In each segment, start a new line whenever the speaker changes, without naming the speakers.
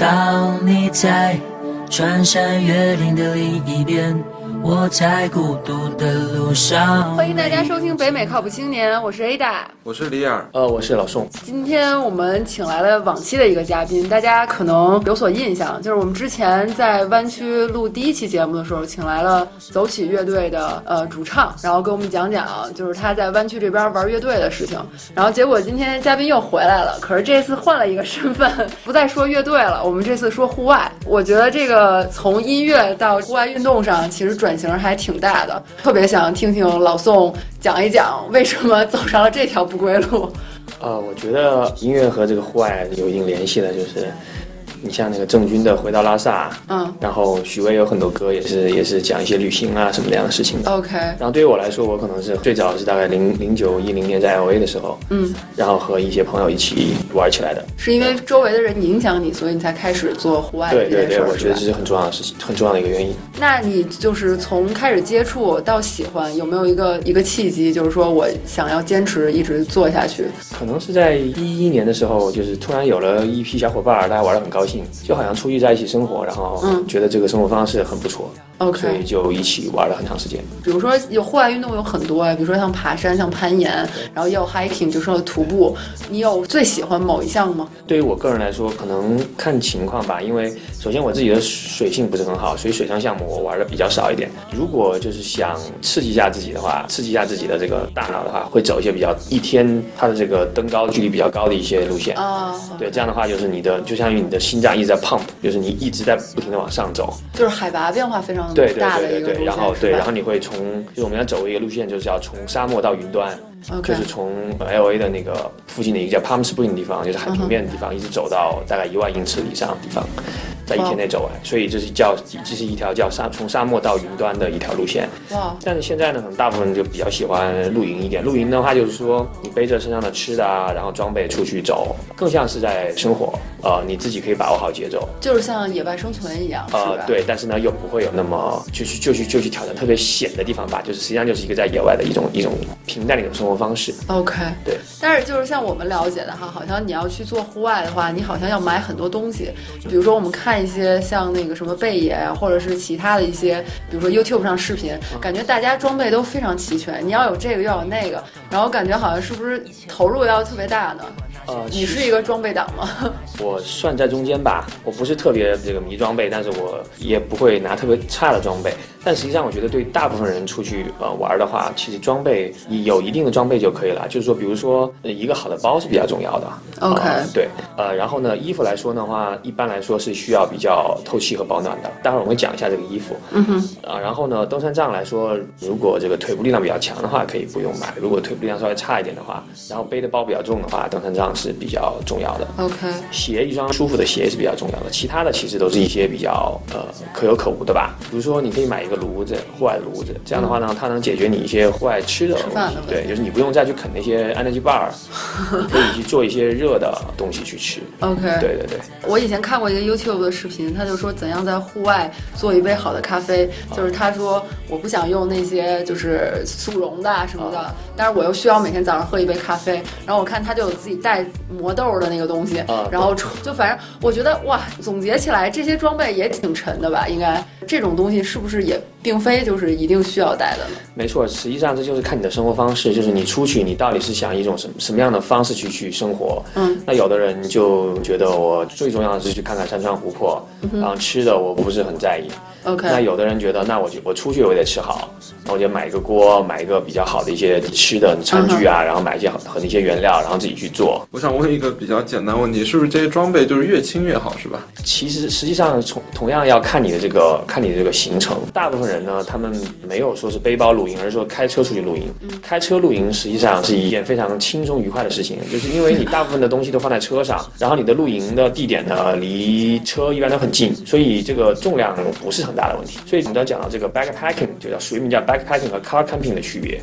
当你在穿山越岭的另一边，我在孤独的路上。
欢迎大家收听北美靠谱青年，我是 Ada。
我是李尔，
呃，我是老宋，
今天我们请来了往期的一个嘉宾，大家可能有所印象，就是我们之前在湾区录第一期节目的时候，请来了走起乐队的呃主唱，然后跟我们讲讲就是他在湾区这边玩乐队的事情。然后结果今天嘉宾又回来了，可是这次换了一个身份，不再说乐队了，我们这次说户外。我觉得这个从音乐到户外运动上，其实转型还挺大的，特别想听听老宋讲一讲为什么走上了这条不归路。
呃，我觉得音乐和这个户外有一定联系的，就是你像那个郑钧的《回到拉萨》，
嗯，
然后许巍有很多歌也是也是讲一些旅行啊什么这样的事
哦
情的。
OK，
然后对于我来说，我可能是最早是大概零零九一零年在 LA 的时候，
嗯，
然后和一些朋友一起玩起来的。
是因为周围的人影响你，所以你才开始做户外
对
这
对
件
对，
事
我
儿，
觉
啊是
得
吧
这？是很重要的事情，很重要的一个原因。
那你就是从开始接触到喜欢，有没有一个一个契机，就是说我想要坚持一直做下去？
可能是在一一年的时候，就是突然有了一批小伙伴儿，大家玩得很高兴，就好像出去在一起生活，然后
嗯
觉得这个生活方式很不错，所以
OK，
就一起玩了很长时间。
比如说有户外运动有很多，啊比如说像爬山、像攀岩，然后也有 hiking，就是说徒步。你有最喜欢某一项吗？
对于我个人来说，可能看情况吧，因为首先我自己的水性不是很好，所以水上项目我玩的比较少一点。如果就是想刺激一下自己的话，刺激一下自己的这个大脑的话，会走一些比较一天它的这个登高距离比较高的一些路线。
啊，
对，这样的话就是你的，就相当于你的心脏一直在 pump，就是你一直在不停的往上走。
就是海拔变化非常
对对
大的
对
一个路
对
线，
对，然后
是
对，
吧
然后你会从，就是我们要走一个路线，就是要从沙漠到云端，就
OK
是从 L A 的那个附近的一个叫 Palm Spring 的地方，就是海平面
嗯
的地方，一直走到大概一万英尺以上的地方，在一天内走完，所以这是叫这是一条叫沙从沙漠到云端的一条路线。
哇，
但是现在呢，可能大部分就比较喜欢露营一点。露营的话，就是说你背着身上的吃的啊，然后装备出去走，更像是在生活，呃，你自己可以把握好节奏，
就是像野外生存一样，是
呃
吧？，
对，但是呢又不会有那么就去就去就去挑战特别险的地方吧，就是实际上就是一个在野外的一种一种平淡的一种生活方式。
OK，
对。
但是就是像我们了解的哈，好像你要去做户外的话，你好像要买很多东西，比如说我们看一些像那个什么贝爷啊，或者是其他的一些，比如说 YouTube 上视频，感觉大家装备都非常齐全，你要有这个要有那个，然后感觉好像是不是投入要特别大呢？
呃，
你是一个装备党吗？
我算在中间吧，我不是特别这个迷装备，但是我也不会拿特别差的装备。但实际上，我觉得对大部分人出去呃玩的话，其实装备有一定的装备就可以了。就是说，比如说、呃一个好的包是比较重要的。
OK
呃对，呃，然后呢，衣服来说的话，一般来说是需要比较透气和保暖的。待会儿我会讲一下这个衣服。嗯哼。啊，然后呢，登山杖来说，如果这个腿部力量比较强的话，可以不用买；如果腿部力量稍微差一点的话，然后背的包比较重的话，登山杖是比较重要的。
OK，
鞋一双舒服的鞋是比较重要的，其他的其实都是一些比较呃可有可无的吧。比如说，你可以买一个炉子，户外炉子，这样的话呢，它能解决你一些户外吃的
吃
问
饭
题
的问。题
对，就是你不用再去啃那些 energy bar，你可以去做一些热的东西 去吃。
OK，
对对对，
我以前看过一个 YouTube 的视频，他就说怎样在户外做一杯好的咖啡，就是他说我不想用那些就是速溶的啊什么的
啊，
但是我又需要每天早上喝一杯咖啡。然后我看他就有自己带磨豆的那个东西
啊，
然后冲就反正我觉得哇，总结起来这些装备也挺沉的吧？应该这种东西是不是也并非就是一定需要带的呢？
没错，实际上这就是看你的生活方式，就是你出去，你到底是想一种什么什么样的方式去去生活。
嗯，
那有的人就觉得我最重要的是去看看山川湖泊，
嗯
然后吃的我不是很在意。那
OK，
有的人觉得，那我就我出去我也得吃好，那我就买一个锅，买一个比较好的一些吃的餐具啊，然后买一些好好的一些原料，然后自己去做。
我想问一个比较简单的问题，是不是这些装备就是越轻越好，是吧？
其实实际上同同样要看你的这个看你的这个行程。大部分人呢，他们没有说是背包露营，而是说开车出去露营。开车露营实际上是一件非常轻松愉快的事情，就是因为你大部分的东西都放在车上，然后你的露营的地点呢离车一般都很近，所以这个重量不是很大的问题。所以我们要讲到这个 backpacking，就叫俗名叫 backpacking 和 car camping 的区别。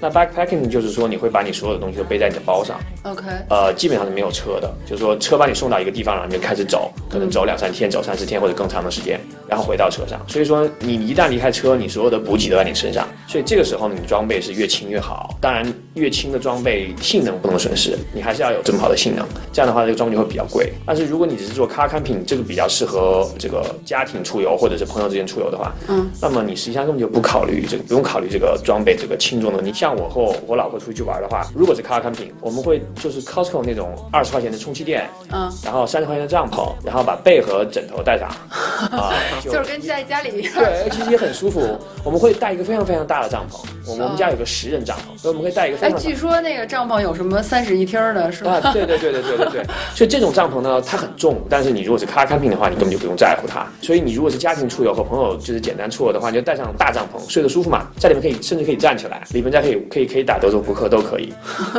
那 backpacking 就是说你会把你所有的东西都背在你的包上，
OK，
呃，基本上是没有车的，就是说车把你送到一个地方，然后你就开始走，可能走两三天、走三四天或者更长的时间，然后回到车上。所以说你一旦离开车，你所有的补给都在你身上，所以这个时候呢，你装备是越轻越好。当然，越轻的装备性能不能损失，你还是要有这么好的性能。这样的话，这个装备就会比较贵。但是如果你只是做咖 camping，这个比较适合这个家庭出游或者是朋友之间出游的话，
嗯，
那么你实际上根本就不考虑这个，不用考虑这个装备这个轻重的。你像我和我老婆出去玩的话，如果是咖 camping，我们会就是 Costco 那种二十块钱的充气垫，
嗯，
然后三十块钱的帐篷，然后把被和枕头带上，啊， 就
就是跟在家里一样。
对，其实也很舒服。我们会带一个非常非常大的帐篷，我们我们家有个十人帐篷，所以我们会带一个 非
哎，
常大
据说那个帐篷有什么三室一厅的，是吧？
啊，对对对对对对对，所以这种帐篷呢，它很重，但是你如果是 car camping 的话，你根本就不用在乎它。所以你如果是家庭出游和朋友就是简单出游的话，你就带上大帐篷，睡得舒服嘛，在里面可以甚至可以站起来，里面再可以可以可以打德州扑克都 可以。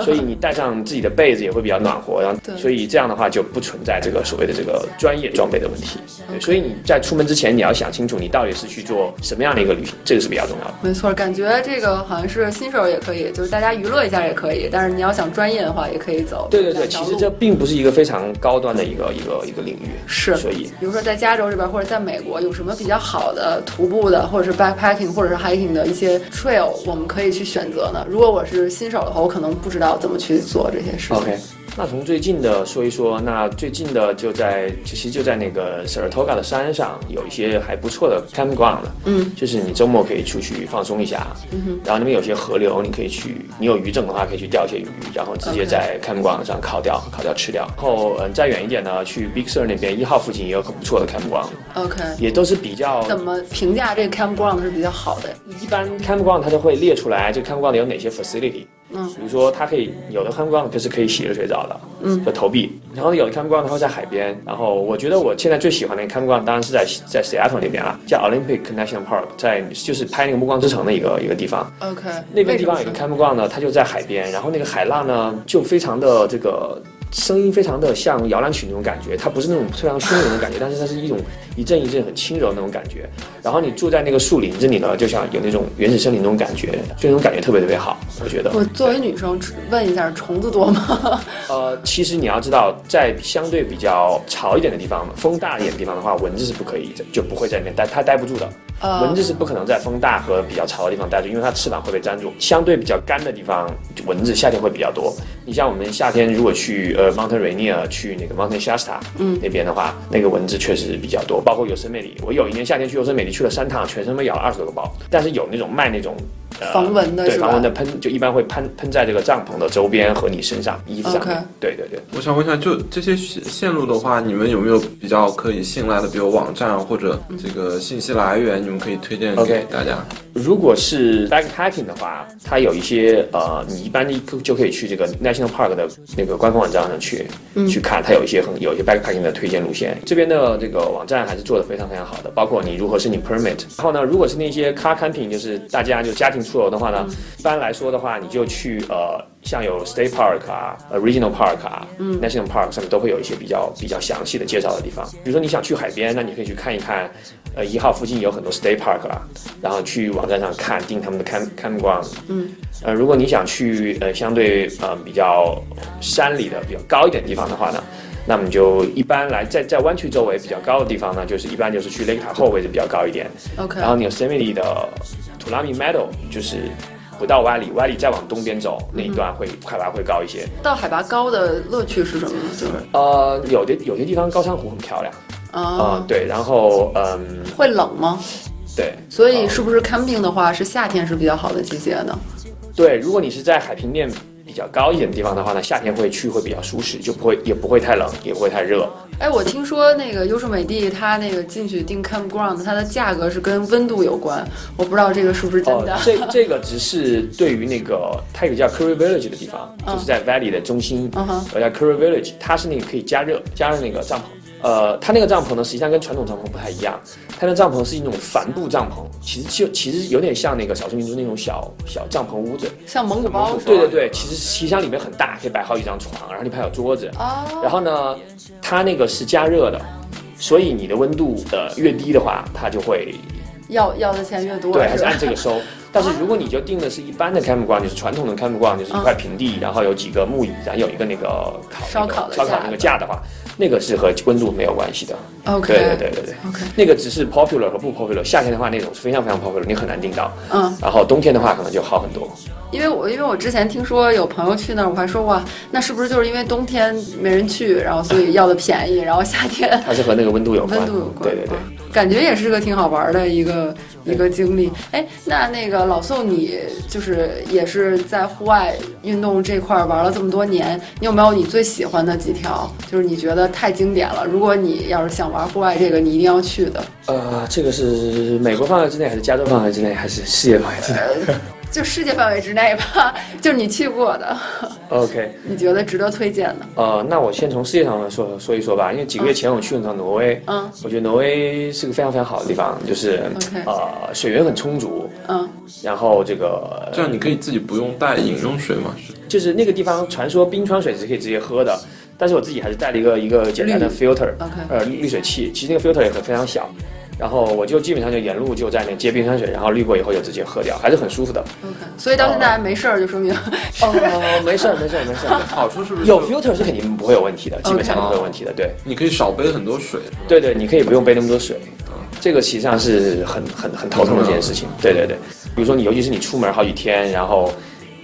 所以你带上自己的被子也会比较暖和，然后
对
所以这样的话就不存在这个所谓的这个专业装备的问题。对，所以你在出门之前你要想清楚，你到底是去做什么样的一个旅行，这个是比较重要的。
没错，感觉这个好像是新手也可以，就是大家娱乐一下也可以，但是你要想专业的话，也可以走
对对对，
两条
其
路。
实这并不是一个非常高端的一个一个一个领域，
是
所以。
比如说在加州这边或者在美国，有什么比较好的徒步的，或者是 backpacking，或者是 hiking 的一些 trail，我们可以去选择呢？如果我是新手的话，我可能不知道怎么去做这些事情。
OK，那从最近的说一说，那最近的就在其实就在那个 Saratoga 的山上有一些还不错的 campground，
嗯，
就是你周末可以出去放松一下，嗯哼，然后那边有些河流，你可以去，你有渔证的话可以去钓一些鱼，然后直接
OK
在 campground 上烤掉，烤掉吃掉。然后嗯、呃再远一点呢，去 Big Sur 那边一号附近也有很不错的 campground，
OK，
也都是比较
怎么评价这个 campground 是比较好的？
一般 campground 它就会列出来这个 campground 有哪些 facility。
嗯
比如说它可以有的 campground 就是可以洗热水澡的，嗯，就投币。然后有的 campground 它会在海边。然后我觉得我现在最喜欢的 campground 当然是在在 Seattle 那边啊，叫 Olympic National Park，在就是拍那个《暮光之城》的一个一个地方。
OK，
那边地方
为
有
什
个
么
campground 呢，它就在海边，然后那个海浪呢就非常的这个。声音非常的像摇篮曲那种感觉，它不是那种非常汹涌的感觉，但是它是一种一阵一阵很轻柔的那种感觉。然后你住在那个树林子里呢，就像有那种原始森林那种感觉，就那种感觉特别特别好，我觉得。
我作为女生问一下，虫子多吗？
呃，其实你要知道，在相对比较潮一点的地方，风大一点的地方的话，蚊子是不可以就不会在里面待，它待不住的。
呃
蚊子是不可能在风大和比较潮的地方待住，因为它翅膀会被粘住。相对比较干的地方，蚊子夏天会比较多。你像我们夏天如果去呃 Mount Rainier 去那个 Mount Shasta 嗯那边的话，那个蚊子确实比较多，包括有森美里。我有一年夏天去有森美里去了三趟，全身被咬了二十多个包。但是有那种卖那种。呃
防蚊的
对
是吧
防蚊的喷，就一般会喷喷在这个帐篷的周边和你身上、衣服上面。
OK
对对对，
我想问一下，就这些线线路的话，你们有没有比较可以信赖的，比如网站啊或者这个信息来源，你们可以推荐
OK
给大家？
如果是 backpacking 的话，它有一些呃，你一般就就可以去这个 national park 的那个官方网站上去、去看，它有一些很有一些 backpacking 的推荐路线。这边的这个网站还是做的非常非常好的，包括你如何申请 permit。然后呢，如果是那些 car camping，就是大家就家庭出游的话呢，一般来说的话，你就去呃。像有 state park 啊、呃 regional park 啊、national park 上面都会有一些比较比较详细的介绍的地方。比如说你想去海边，那你可以去看一看，呃，一号附近有很多 state park 啦，然后去网站上看定他们的 cam campground。嗯，呃，如果你想去呃相对呃比较山里的比较高一点的地方的话呢，那么你就一般来在在湾区周围比较高的地方呢，就是一般就是去 Lake Tahoe 位置比较高一点，
OK，
然后 Yosemite 的 Tulami Meadow 就是不到歪里，歪里再往东边走那一段
嗯
会海拔会高一些。
到海拔高的乐趣是什么呢？就是
呃，有的有些地方高山湖很漂亮啊、
啊，
对，然后嗯，
会冷吗？
对，
所以是不是 camping 的话，是夏天是比较好的季节呢？
对，如果你是在海平面比较高一点的地方的话呢，夏天会去会比较舒适，就不会也不会太冷，也不会太热。
哎，我听说那个优胜美地，它那个进去订 campground，它的价格是跟温度有关，我不知道这个是不是哦真的。
哦这这个只是对于那个它有个叫 Curry Village 的地方，
嗯
就是在 Valley 的中心，
嗯哼
我叫 Curry Village，它是那个可以加热加热那个帐篷。呃，它那个帐篷呢，实际上跟传统帐篷不太一样，它那帐篷是一种帆布帐篷，其实就其实有点像那个少数民族那种小小帐篷屋子。
像蒙古包是吧
对对对，其实其实上里面很大，可以摆好几张床，然后里面还有桌子，
哦
然后呢，它那个是加热的，所以你的温度呃越低的话，它就会
要要的钱越多，
对还是
吧
按这 个收。但是如果你就定的是一般的 campground，就是传统的 campground，就是一块平地，然后有几个木椅，然后有一个那个烤
嗯烧
那个
烤的
烧烤
架
那个
子
架的话，那个是和温度没有关系的。
OK
哎对对对对对。
OK，
那个只是 popular 和不 popular，夏天的话那种是非常非常 popular，你很难订到。
嗯
然后冬天的话可能就好很多。
因为我因为我之前听说有朋友去那儿，我还说哇，那是不是就是因为冬天没人去，然后所以要的便宜，然后夏天
它是和那个温度有关，
温度有关？
对对对。
啊感觉也是个挺好玩的一个一个经历。哎，那那个老宋，你就是也是在户外运动这块儿玩了这么多年，你有没有你最喜欢的几条？就是你觉得太经典了，如果你要是想玩户外这个，你一定要去的。
呃，这个是美国范围之内，还是加州范围之内，还是世界范围之内
就世界范围之内吧， 就是你去过的， 呃
？OK，
你觉得值得推荐的。
呃，那我先从世界上来说说一说吧，因为几个月前我去了趟挪威，
嗯
我觉得挪威是个非常非常好的地方，就是
OK
呃水源很充足，
嗯，
然后这个
这样你可以自己不用带饮用水嘛？是
就是那个地方传说冰川水是可以直接喝的，但是我自己还是带了一个一个简单的
滤
filter，
OK
呃滤水器，其实那个 filter 也很非常小。然后我就基本上就沿路就在那接冰川水，然后滤过以后就直接喝掉，还是很舒服的。
OK，所以到现在还没事儿，就说明
哦，没事儿，没事儿，没事儿。
好处是不是
有 filter 是肯定不会有问题的，基本上
OK
都不会有问题的。对，
你可以少背很多水？
对对，你可以不用背那么多水，这个其实上是很很很头痛的一件事情。
嗯
对对对，比如说你尤其是你出门好几天，然后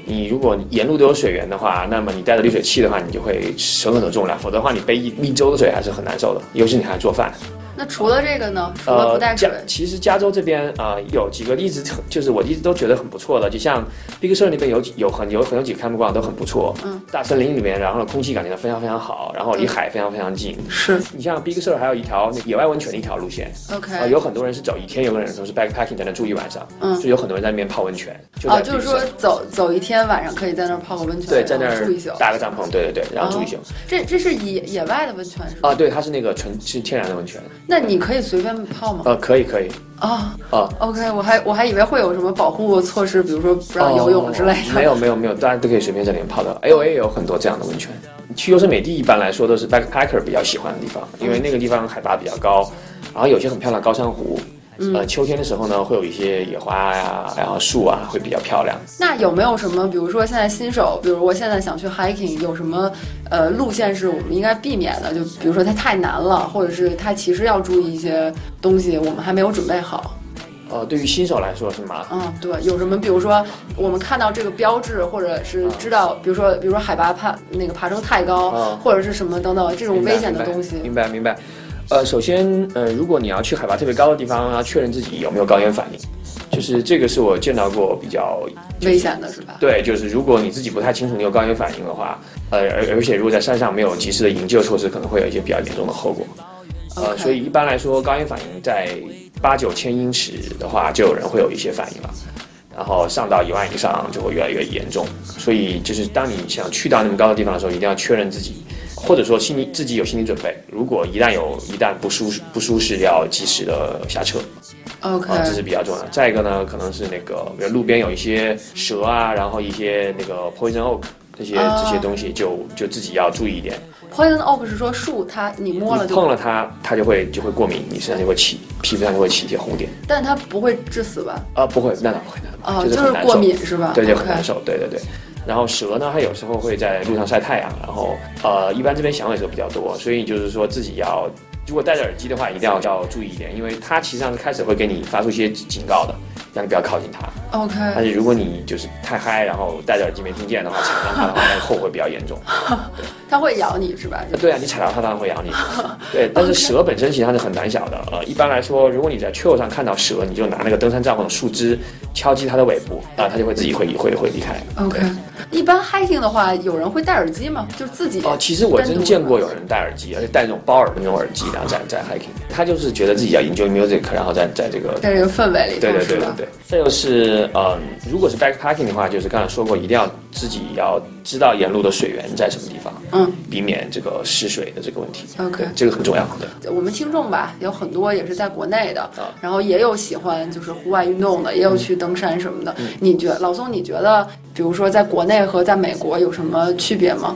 你如果沿路都有水源的话，那么你带着滤水器的话，你就会省很多重量，否则的话你背一一周的水还是很难受的，尤其你还做饭。呃
那除了这个呢？除了不带水
加，其实加州这边啊、呃有几个一直很就是我一直都觉得很不错的，就像 Big Sur 那边有有很有很有几个看不惯都很不错，
嗯，
大森林里面，然后呢空气感觉到非常非常好，然后离海非常非常近。
是
你像 Big Sur 还有一条那野外温泉的一条路线，
OK，、
啊，有很多人是走一天，有的人说是 backpacking 在那住一晚上，
哎嗯
就有很多人在那边泡温泉，就在
哦，就是说
地上
走走一天，晚上可以在那儿泡个温泉，
对，在那
然后住一宿哦
儿。搭个帐篷，对对对，然后住一宿。
这这是野野外的温泉是吧？
啊，对，它是那个纯是天然的温泉，
那你可以随便泡吗？
呃，可以可以
啊、
啊。
o k 我还我还以为会有什么保护措施，比如说不让游泳之类
哦
的。
没有没有没有，大家都可以随便在里面泡的。A O A 也有很多这样的温泉。去优胜美地一般来说都是 backpacker 比较喜欢的地方，因为那个地方海拔比较高，然后有些很漂亮的高山湖。
嗯
呃，秋天的时候呢，会有一些野花呀、然后树啊，会比较漂亮。
那有没有什么，比如说现在新手，比如我现在想去 hiking，有什么呃路线是我们应该避免的？就比如说它太难了，或者是它其实要注意一些东西，我们还没有准备好。
呃，对于新手来说是吗？
嗯，对，有什么？比如说我们看到这个标志，或者是
啊
知道，比如说比如说海拔爬那个爬升太高，
嗯
或者是什么等等这种
明白
危险的
明白
东西。
明白明白。呃，首先，呃，如果你要去海拔特别高的地方，要确认自己有没有高原反应，就是这个是我见到过比较
危险的是吧？
对，就是如果你自己不太清楚你有高原反应的话，呃，而而且如果在山上没有及时的营救措施，可能会有一些比较严重的后果。呃，
OK
所以一般来说，高原反应在八九千英尺的话，就有人会有一些反应了。然后上到一万以上就会越来越严重，所以就是当你想去到那么高的地方的时候，一定要确认自己，或者说心理自己有心理准备。如果一旦有一旦不舒适不舒适，要及时的下车。
OK，、
啊，这是比较重要的。再一个呢，可能是那个比如路边有一些蛇啊，然后一些那个 poison oak 这些、
啊
这些东西就，就自己要注意一点。
Poison oak 是说树它你摸了
你
就，
碰了它，它就会就会过敏，你身上就会起皮肤上就会起一些红点。
但它不会致死吧？
啊，不会，那倒不会，那倒
啊、
不会，
就
就是很难
过
受
敏是吧？
对，就
OK
很难受，对对对。然后蛇呢，它有时候会在路上晒太阳，然后呃，一般这边响尾蛇比较多，所以就是说自己要，如果戴着耳机的话，一定要要注意一点，因为它其实上开始会给你发出一些警告的，让你不要靠近它。
OK，
但是如果你就是太嗨，然后戴着耳机没听见的话，踩到它的话，那个后果比较严重。
它会咬你是吧？
呃对啊，你踩到它当然会咬你。对，但是蛇本身其实它是很胆小的。呃，一般来说，如果你在 trail 上看到蛇，你就拿那个登山杖或者树枝敲击它的尾部，啊，它就会自己会会会离开。
OK，
对
一般 hiking 的话，有人会戴耳机吗？就是自己
哦，其实我
单独
真
的
见
吗
过有人戴耳机，而且戴那种包耳的那种耳机，然后在在 hiking，他就是觉得自己要 enjoy music，然后在在这个
在这个氛围里头
对对
是
对对
吧？
对，这就是嗯，如果是 backpacking 的话，就是刚才说过，一定要自己要知道沿路的水源在什么地方，
嗯，
避免这个失水的这个问题。
OK
对这个很重要。对，
我们听众吧，有很多也是在国内的
啊，嗯
然后也有喜欢就是户外运动的，也有去登山什么的。你觉老宋，你觉得比如说在国内和在美国有什么区别吗？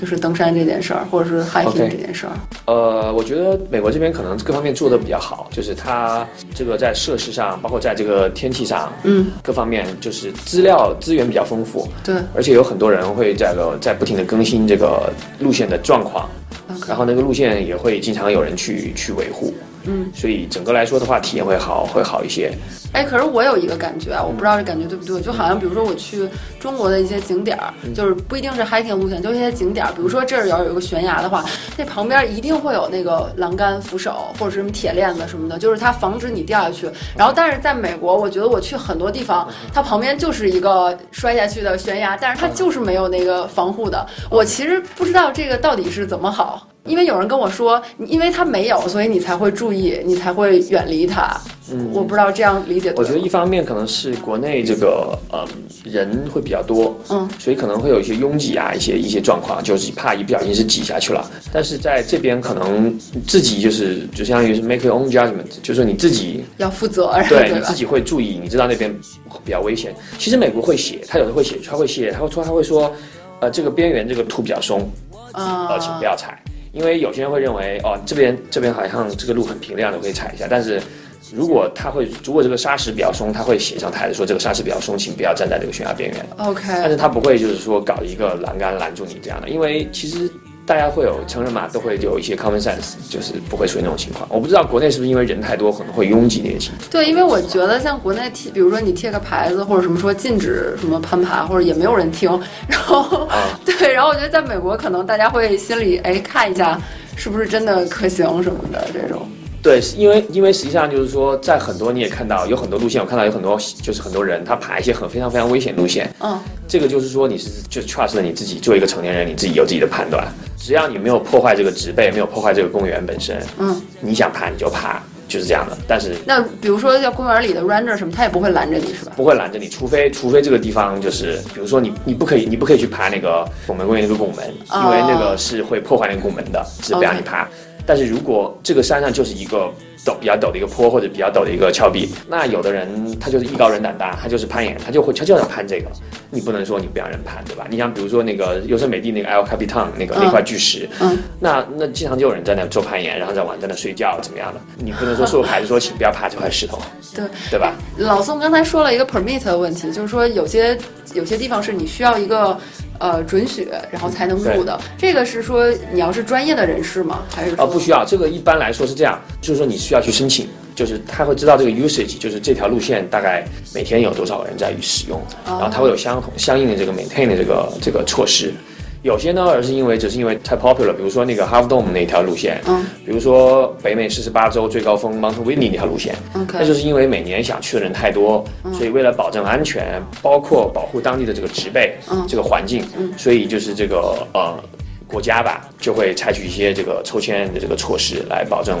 就是登山这件事儿，或者是 hiking
OK
这件事儿。
呃，我觉得美国这边可能各方面做的比较好，就是它这个在设施上，包括在这个天气上，
嗯，
各方面就是资料资源比较丰富，
对
而且有很多人会在个在不停的更新这个路线的状况，
，OK，
然后那个路线也会经常有人去去维护。嗯，所以整个来说的话，体验会好，会好一些。
哎，可是我有一个感觉啊，我不知道这感觉对不对，就好像比如说我去中国的一些景点儿，
嗯
就是不一定是 hiking 路线，就一些景点儿，比如说这儿要有一个悬崖的话，那旁边一定会有那个栏杆扶手或者是什么铁链子什么的，就是它防止你掉下去。然后，但是在美国，我觉得我去很多地方，
嗯
它旁边就是一个摔下去的悬崖，但是它就是没有那个防护的。
嗯
我其实不知道这个到底是怎么好。因为有人跟我说，你因为它没有，所以你才会注意，你才会远离它。嗯，我不知道这样理解对
我觉得
吗
一方面可能是国内这个嗯人会比较多，
嗯，
所以可能会有一些拥挤啊，一些一些状况，就是怕一不小心是挤下去了。但是在这边可能自己就是就相当于是 make your own judgment，就是你自己
要负责任，对
对你
吧
自？己会注意，你知道那边比较危险。其实美国会写，他有的会写，他会写，他会说他会说，呃，这个边缘这个土比较松，
啊
呃，请不要踩，因为有些人会认为哦，这边这边好像这个路很平亮的，可以踩一下。但是如果他会，如果这个沙石比较松，他会写上牌子说这个沙石比较松，请不要站在这个悬崖边缘。但
OK，
是他不会就是说搞一个栏杆拦住你这样的，因为其实大家会有成人嘛，都会有一些 common sense，就是不会出现那种情况。我不知道国内是不是因为人太多，可能会拥挤那些情况。
对，因为我觉得像国内贴，比如说你贴个牌子或者什么说禁止什么攀爬，或者也没有人听。然后、
啊
对，然后我觉得在美国可能大家会心里哎看一下是不是真的可行什么的这种。
对，是因为因为实际上就是说，在很多你也看到有很多路线，我看到有很多就是很多人他爬一些很非常非常危险路线，
嗯，
这个就是说你是就 trust 了你自己，做一个成年人，你自己有自己的判断。只要你没有破坏这个植被，没有破坏这个公园本身，
嗯，
你想爬你就爬，就是这样的。但是
那比如说像公园里的 ranger 什么，他也不会拦着你是吧？
不会拦着你，除非除非这个地方就是，比如说你你不可以你不可以去爬那个拱门公园那个拱门，
哦
因为那个是会破坏那个拱门的，是不让你爬。但是如果这个山上就是一个陡比较陡的一个坡或者比较陡的一个峭壁，那有的人他就是艺高人胆大，他就是攀岩，他就会他就想攀这个，你不能说你不让人攀，对吧？你像比如说那个优胜美地那个 El Capitan 那个、那块巨石，
嗯，
那那经常就有人在那做攀岩，然后在玩在那睡觉怎么样的，你不能说所有孩子说 请不要爬这块石头，
对。
对吧？
老宋刚才说了一个 permit 的问题，就是说有些有些地方是你需要一个呃准许，然后才能入的。这个是说你要是专业的人士吗？还是说
呃，不需要，这个一般来说是这样，就是说你需要去申请，就是他会知道这个 usage，就是这条路线大概每天有多少人在使
哦
用，然后他会有相同相应的这个 maintain 的这个这个措施。有些呢，而是因为只是因为太 popular，比如说那个 Half Dome 那条路线，
嗯，
比如说北美四十八州最高峰 Mount Whitney 那条路线，
OK
那就是因为每年想去的人太多，
嗯
所以为了保证安全，包括保护当地的这个植被，
嗯
这个环境，所以就是这个呃国家吧，就会采取一些这个抽签的这个措施来保证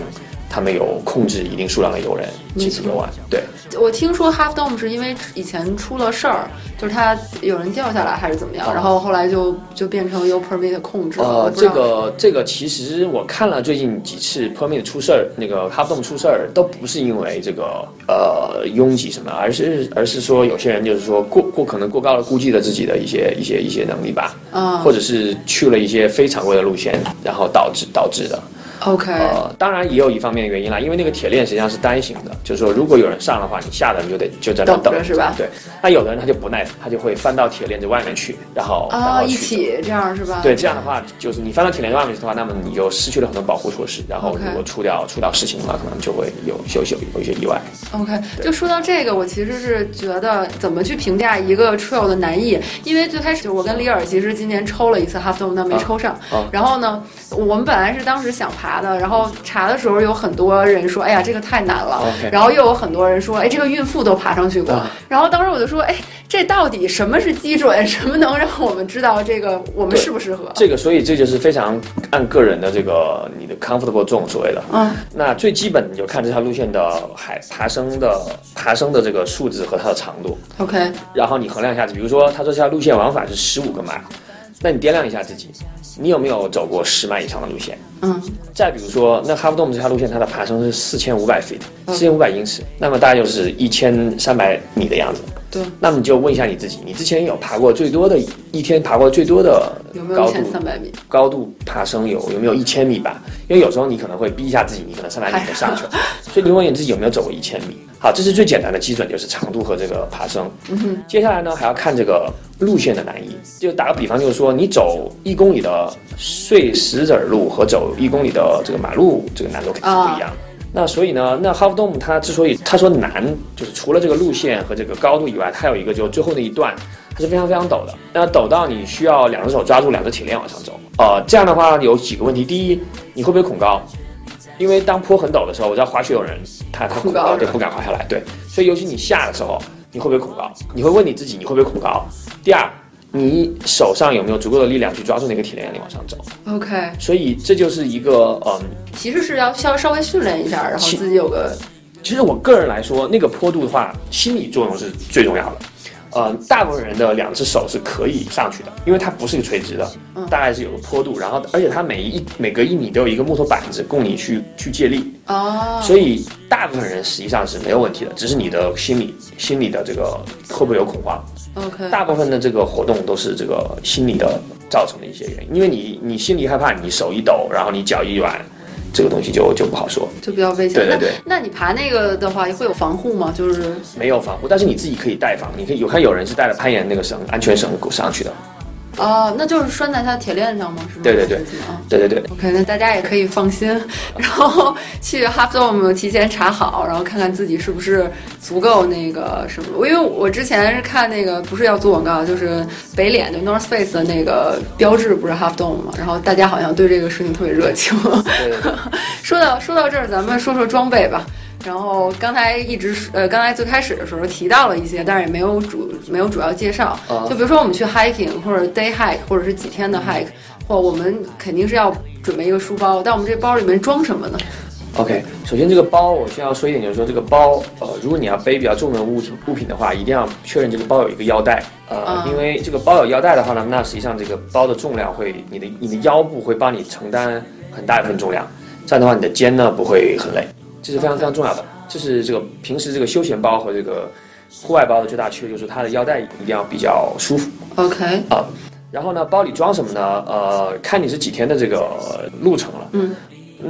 他们有控制一定数量的游人进行游玩。对，
我听说 Half Dome 是因为以前出了事儿，就是他有人掉下来还是怎么
哦
样，然后后来就就变成由 permit 控制了。我
呃，
不知
这
道
个这个其实我看了最近几次 permit 出事儿，那个 half dome 出事儿，都不是因为这个呃拥挤什么，而是而是说有些人就是说过过可能过高了估计了自己的一些一些一些能力吧，
嗯
或者是去了一些非常规的路线，然后导致导致的。
OK，、
呃，当然也有一方面的原因啦，因为那个铁链实际上是单行的，就是说如果有人上的话，你下的你就得就在那
等着
等
是吧
对，那有的人他就不耐烦，他就会翻到铁链子外面去，然后然
啊，
后
一
去走
起这样是吧？
对，这样的话，就是你翻到铁链外面去的话，那么你就失去了很多保护措施，然后
OK
如果出掉出到事情的话，可能就会有有有有一些意外。
OK，就说到这个，我其实是觉得怎么去评价一个 trail 的难易，因为最开始我跟李尔其实今年抽了一次 half dome，但没抽上。
啊
然后呢，我们本来是当时想爬的，然后查的时候有很多人说，哎呀，这个太难了。
啊 OK
然后又有很多人说，哎，这个孕妇都爬上去过。
啊
然后当时我就说，哎，这到底什么是基准？ 什么能让我们知道这个我们
对
适不适合？
这个，所以这就是非常按个人的这个你的 comfortable zone 所谓的。
嗯，
那最基本你就看这条路线的海爬升的爬升的这个数字和它的长度，
OK，
然后你衡量一下子，比如说他说这条路线往返是十五个码，那你掂量一下自己，你有没有走过十码以上的路线？
嗯，
再比如说，那哈弗洞这条路线它的爬升是四千五百 feet，四千五百英尺，那么大概就是一千三百米的样子。
对，
那么你就问一下你自己，你之前有爬过最多的一天爬过最多的
有没有
高
一
度
千三百米？
高度爬升有有没有一千米吧？因为有时候你可能会逼一下自己，你可能三百米就上去了，所以你问问你自己有没有走过一千米。好，这是最简单的基准，就是长度和这个爬升。接下来呢，还要看这个路线的难易。就打个比方，就是说你走一公里的碎石子儿路和走一公里的这个马路，这个难度肯定是不一样的。那所以呢，那哈弗 Dome 它之所以他说难，就是除了这个路线和这个高度以外，它有一个就是最后那一段。它是非常非常陡的，那陡到你需要两只手抓住，两只铁链往上走。呃，这样的话有几个问题：第一，你会不会恐高？因为当坡很陡的时候，我知道滑雪有人他他恐
恐高
高，对，不敢滑下来，对。所以尤其你下的时候，你会不会恐高？你会问你自己，你会不会恐高？第二，你手上有没有足够的力量去抓住那个铁链，你往上走？
OK，
所以这就是一个嗯，
其实是要需要稍微训练一下，然后
其
自己有个
其实我个人来说，那个坡度的话，心理作用是最重要的。呃，大部分人的两只手是可以上去的，因为它不是一个垂直的，大概是有个坡度，然后而且它每一每隔一米都有一个木头板子供你去去借力，
哦，
所以大部分人实际上是没有问题的，只是你的心理心理的这个会不会有恐慌，
OK，
大部分的这个活动都是这个心理的造成的一些原因，因为你你心里害怕，你手一抖，然后你脚一软，这个东西就就不好说。
就比较危险。
对对对
那那你爬那个的话，会有防护吗？就是
没有防护，但是你自己可以带防。你可以有看有人是带了攀岩那个绳，安全绳上去的。
哦，那就是拴在它的铁链上吗？是吗？
对对对
啊。
对对对，
OK，那大家也可以放 心，然后去 h a p d o m 提前查好，然后看看自己是不是足够那个什么。我因为我之前是看那个不是要做广告，就是北脸就 North Face 的那个标志不是 h a p d o m 吗？然后大家好像对这个事情特别热情。
对对对
说到说到这儿，咱们说说装备吧。然后刚才一直呃，刚才最开始的时候提到了一些，但是也没有主没有主要介绍。
啊
就比如说我们去 hiking 或者 day hike 或者是几天的 hike，或我们肯定是要准备一个书包，但我们这包里面装什么呢？
OK，首先这个包我需要说一点，就是说这个包，呃，如果你要背比较重的物品物品的话，一定要确认这个包有一个腰带，呃，
嗯
因为这个包有腰带的话呢，那实际上这个包的重量会，你的你的腰部会帮你承担很大一部分重量，这样的话你的肩呢不会很累，这是非常非常重要的。这是这个平时这个休闲包和这个户外包的最大区别，就是它的腰带一定要比较舒服。
OK，
然后呢，包里装什么呢？呃，看你是几天的这个呃路程了。
嗯。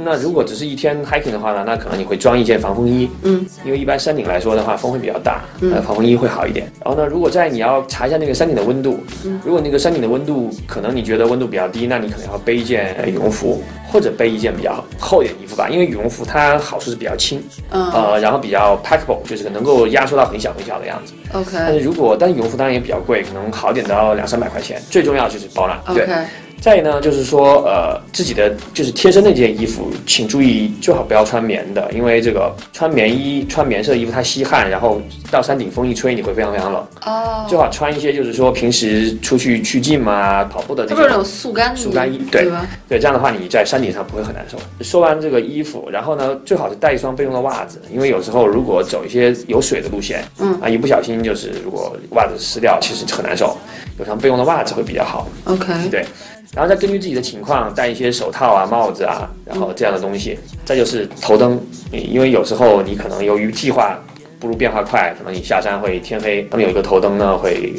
那如果只是一天 hiking 的话呢，那可能你会装一件防风衣。
嗯。
因为一般山顶来说的话，风会比较大，呃，防风衣会好一点。然后呢，如果在你要查一下那个山顶的温度，嗯、如果那个山顶的温度可能你觉得温度比较低，那你可能要背一件呃羽绒服，或者背一件比较厚一点的衣服吧，因为羽绒服它好处是比较轻，
嗯、
呃，然后比较 packable，就是能够压缩到很小很小的样子。
o
但
k
是如果，但是羽绒服当然也比较贵，可能好点到两三百块钱。最重要就是保暖。对，
OK，
再呢就是说，呃，自己的就是贴身那件衣服，请注意最好不要穿棉的，因为这个穿棉衣、穿棉色的衣服它吸汗，然后到山顶风一吹，你会非常非常冷。
哦，
最好穿一些就是说平时出去去 gym 啊、跑步的
它
这
不是有
种。
速干衣
速干衣
对
对
吧？
对，这样的话你在山顶上不会很难受。说完这个衣服，然后呢，最好是带一双备用的袜子，因为有时候如果走一些有水的路线，
嗯
啊，一不小心就是如果袜子湿掉，其实很难受。有双备用的袜子会比较好，
，OK，
对。然后再根据自己的情况戴一些手套啊、帽子啊，然后这样的东西。再就是头灯，因为有时候你可能由于计划不如变化快，可能你下山会天黑，那么有一个头灯呢会。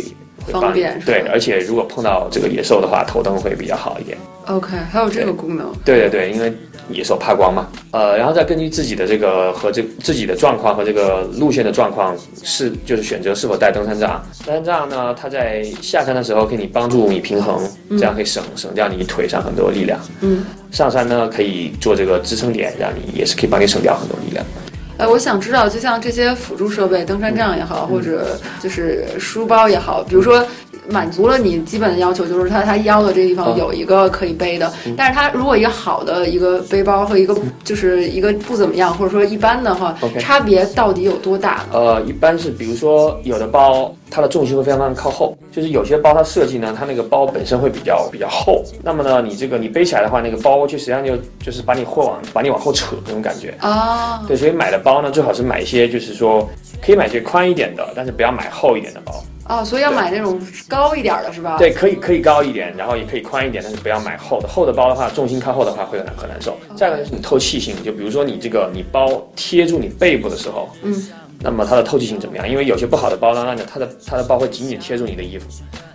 会帮
方
你
便是吧
对，而且如果碰到这个野兽的话，头灯会比较好一点。
OK，还有这个功能。
对对对，因为野兽怕光嘛，呃，然后再根据自己的这个和这自己的状况和这个路线的状况是就是选择是否带登山杖。登山杖呢，它在下山的时候可以帮助你平衡，这样可以省省掉你腿上很多力量。
嗯，
上山呢可以做这个支撑点，让你也是可以帮你省掉很多力量。
哎，我想知道，就像这些辅助设备，登山杖也
嗯
好，或者就是书包也好，比如说满足了你基本的要求，就是它它腰的这地方
嗯
有一个可以背的，但是它如果一个好的一个背包和一个就是一个不怎么样，或者说一般的话
嗯 OK
差别到底有多大呢？
呃，一般是比如说有的包它的重心会非常非常靠后，就是有些包它设计呢，它那个包本身会比较比较厚，那么呢，你这个你背起来的话，那个包就实际上就就是把你后往把你往后扯那种感觉。
啊，
对，所以买的包呢，最好是买一些就是说可以买一些宽一点的，但是不要买厚一点的包。
哦，所以要买那种高一点儿的是吧？，
对，可以可以高一点，然后也可以宽一点，但是不要买厚的。厚的包的话，重心靠后的话会很难很难
哦
受。再一个就是你透气性，就比如说你这个你包贴住你背部的时候，
嗯，
那么它的透气性怎么样？因为有些不好的包呢，那你它的它的包会紧紧贴住你的衣服，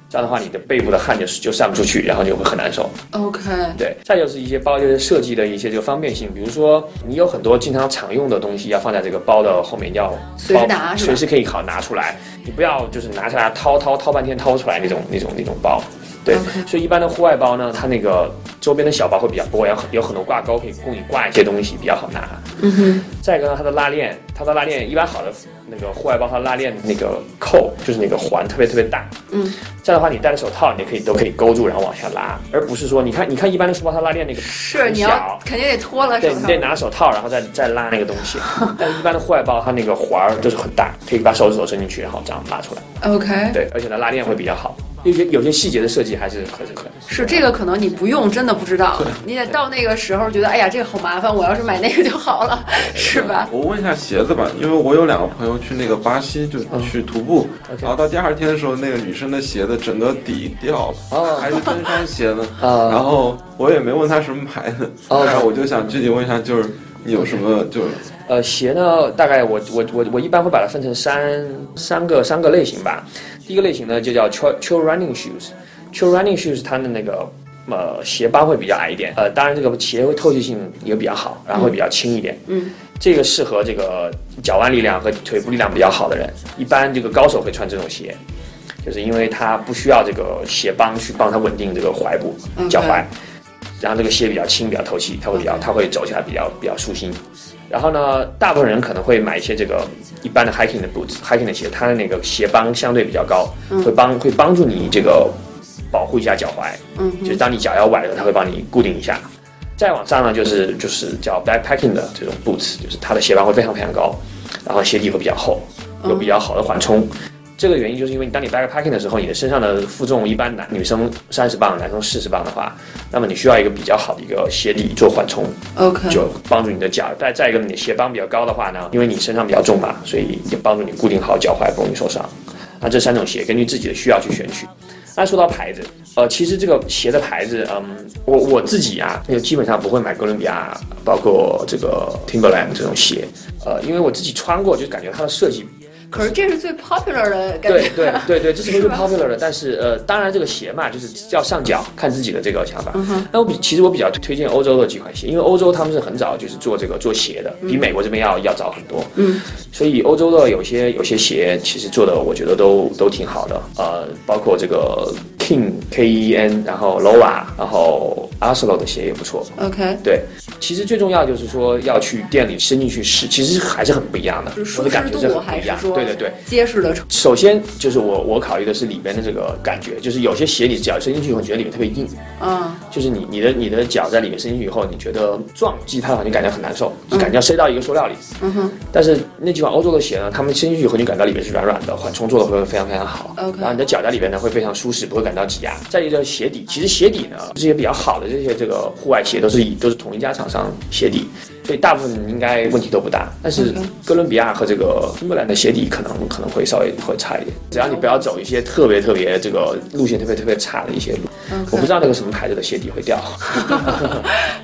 这样的话你的背部的汗就就散不出去，然后就会很难受。
，OK，
对，再就是一些包就是设计的一些这个方便性，比如说你有很多经常常用的东西要放在这个包的后面，要
随时
包
拿是吧
随时可以好拿出来，你不要就是拿下来掏掏掏半天掏不出来那种那种那种包。对
OK
所以一般的户外包呢，它那个周边的小包会比较多，然后有很多挂钩可以供你挂一些东西，比较好拿。嗯哼。再一个呢，它的拉链，它的拉链一般好的那个户外包，它的拉链那个扣就是那个环特别特别大。
嗯。
这样的话，你戴着手套，你可以都可以勾住，然后往下拉，而不是说你看你看一般的书包，它拉链那个
是
很
你
小
要。肯定得脱了手
对，你
套
得。拿手套，然后再再拉那个东 西。但一般的户外包，它那个环儿就是很大，可以把手指头伸进去，然后这样拉出来。
OK，
对，而且呢，拉链会比较好。有些有些细节的设计还是很很很
是这个可能你不用真的不知道，你得到那个时候觉得哎呀这个好麻烦，我要是买那个就好了，是吧？
我问一下鞋子吧，因为我有两个朋友去那个巴西，就去徒步，然后到第二天的时候，那个女生的鞋子整个底掉了，
哦
还是登山鞋 呢。
哦
然后我也没问她什么牌子，
哦
然后我就想具体问一下，就是你有什么就是
呃，鞋呢，大概我我我我一般会把它分成三三个三个类型吧。第一个类型呢，就叫 trail trail running shoes。trail running shoes 它的那个呃鞋帮会比较矮一点，呃，当然这个鞋会透气性也比较好，然后会比较轻一点。
嗯，
这个适合这个脚腕力量和腿部力量比较好的人，一般这个高手会穿这种鞋。就是因为它不需要这个鞋帮去帮它稳定这个踝部、
OK
脚踝，然后这个鞋比较轻，比较透气，它会比较
OK
它会走起来比较比较舒心。然后呢，大部分人可能会买一些这个一般的 hiking 的 boots、hiking 的鞋，它的那个鞋帮相对比较高，会帮会帮助你这个保护一下脚踝，
嗯
就是当你脚要崴的时候，它会帮你固定一下。再往上呢，就是就是叫 backpacking 的这种 boots，就是它的鞋帮会非常非常高，然后鞋底会比较厚，有比较好的缓冲。这个原因就是因为你当你 backpacking 的时候，你的身上的负重一般男女生三十磅，男生四十磅的话，那么你需要一个比较好的一个鞋底做缓冲，
，OK，
就帮助你的脚。再再一个，你的鞋帮比较高的话呢，因为你身上比较重嘛，所以也帮助你固定好脚踝，不容易受伤。那这三种鞋根据自己的需要去选取。那说到牌子，呃，其实这个鞋的牌子，嗯，我我自己啊，就基本上不会买哥伦比亚，包括这个 Timberland 这种鞋，呃，因为我自己穿过，就感觉它的设计
可是这是最 popular 的感
对
觉。
对对对，这是不是
是吧
popular 的？但是呃，当然这个鞋嘛，就是要上脚，看自己的这个想法。
嗯
那我比其实我比较推荐欧洲的几款鞋，因为欧洲他们是很早就是做这个做鞋的，比美国这边要要早很多。
嗯，
所以欧洲的有些有些鞋其实做的我觉得都都挺好的，呃，包括这个 King K E N，然后 Loa，然后 Arcelo 的鞋也不错。
OK，
对，其实最重要就是说要去店里伸进去试，其实还是很不一样的
就是，
我
舒
的
适
感觉是
度
很不
还
一
是
样。
说
对对对，
结实的程度
首先就是我我考虑的是里边的这个感觉，就是有些鞋你脚伸进去以后，你觉得里面特别硬，
嗯
就是你你的你的脚在里面伸进去以后，你觉得撞击它的话，你感觉很难受，就感觉要塞到一个塑料里。
嗯哼
但是那几款欧洲的鞋呢，他们伸进去以后，你感到里面是软软的，缓冲做的会非常非常好。
OK
然后你的脚在里边呢会非常舒适，不会感到挤压。再一个就是鞋底，其实鞋底呢这些比较好的这些这个户外鞋都是以都是同一家厂商鞋底，所以大部分应该问题都不大。但是
OK
哥伦比亚和这个英格兰的鞋底可能可能会稍微会差
哦
一点，只要你不要走一些特别特别这个路线特别特别差的一些路。我不知
，OK，
道那个什么牌子的鞋底会掉，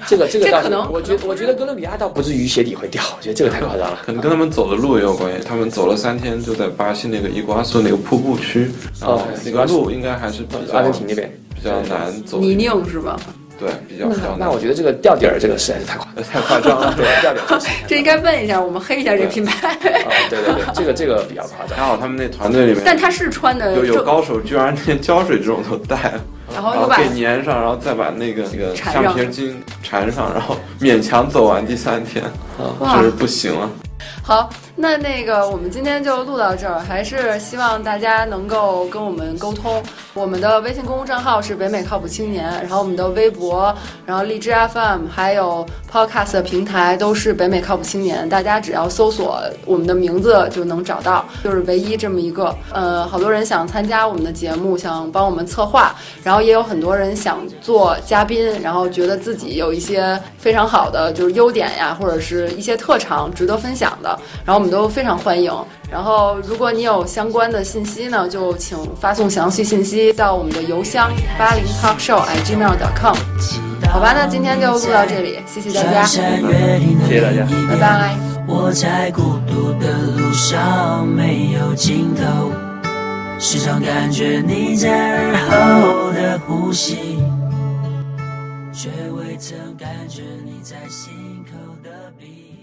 这个这个
这
倒
可
是
能，
我觉得我觉得哥伦比亚倒不至于鞋底会掉，我觉得这个太夸张了。
可能跟他们走的路也有关系，他们走了三天，就在巴西那个伊瓜苏那个瀑布区，然后
哦
那个路应该还是比
阿
较
根廷那边。
比较难走，
泥泞是吧？
对，比较比较
那
难
我，觉得这个掉底儿这个实在是太夸张了，
太夸张了。
对，掉底儿这个实在是太夸张了
这应该问一下，我们黑一下这品牌。
啊，对对对，这个这个比较夸张。
还好他们那团队里面
但他是穿的
有有
正，
高手，居然连胶水这种都带了，
然
然
哦后又
后
啊
把
给粘上，然后再把那个那个
缠上
橡皮筋缠上，然后勉强走完第三天，
哇
就是不行啊了。
好，那那个我们今天就录到这儿，还是希望大家能够跟我们沟通。我们的微信公众账号是北美靠谱青年，然后我们的微博，然后荔枝 FM，还有 Podcast 的平台都是北美靠谱青年，大家只要搜索我们的名字就能找到，就是唯一这么一个。呃，好多人想参加我们的节目，想帮我们策划，然后也有很多人想做嘉宾，然后觉得自己有一些非常好的就是优点呀，或者是一些特长值得分享的，然后我们都非常欢迎。然后如果你有相关的信息呢，就请发送详细信息到我们的邮箱八零 talkshow gmail.com。好吧，那今天就录到这里，谢谢大
穿
家，
山越岭的
谢谢大家
另一
拜
边
拜。
我在孤独的路上没有尽头，时常感觉你在耳后的呼吸，却未曾感觉你在心口的鼻。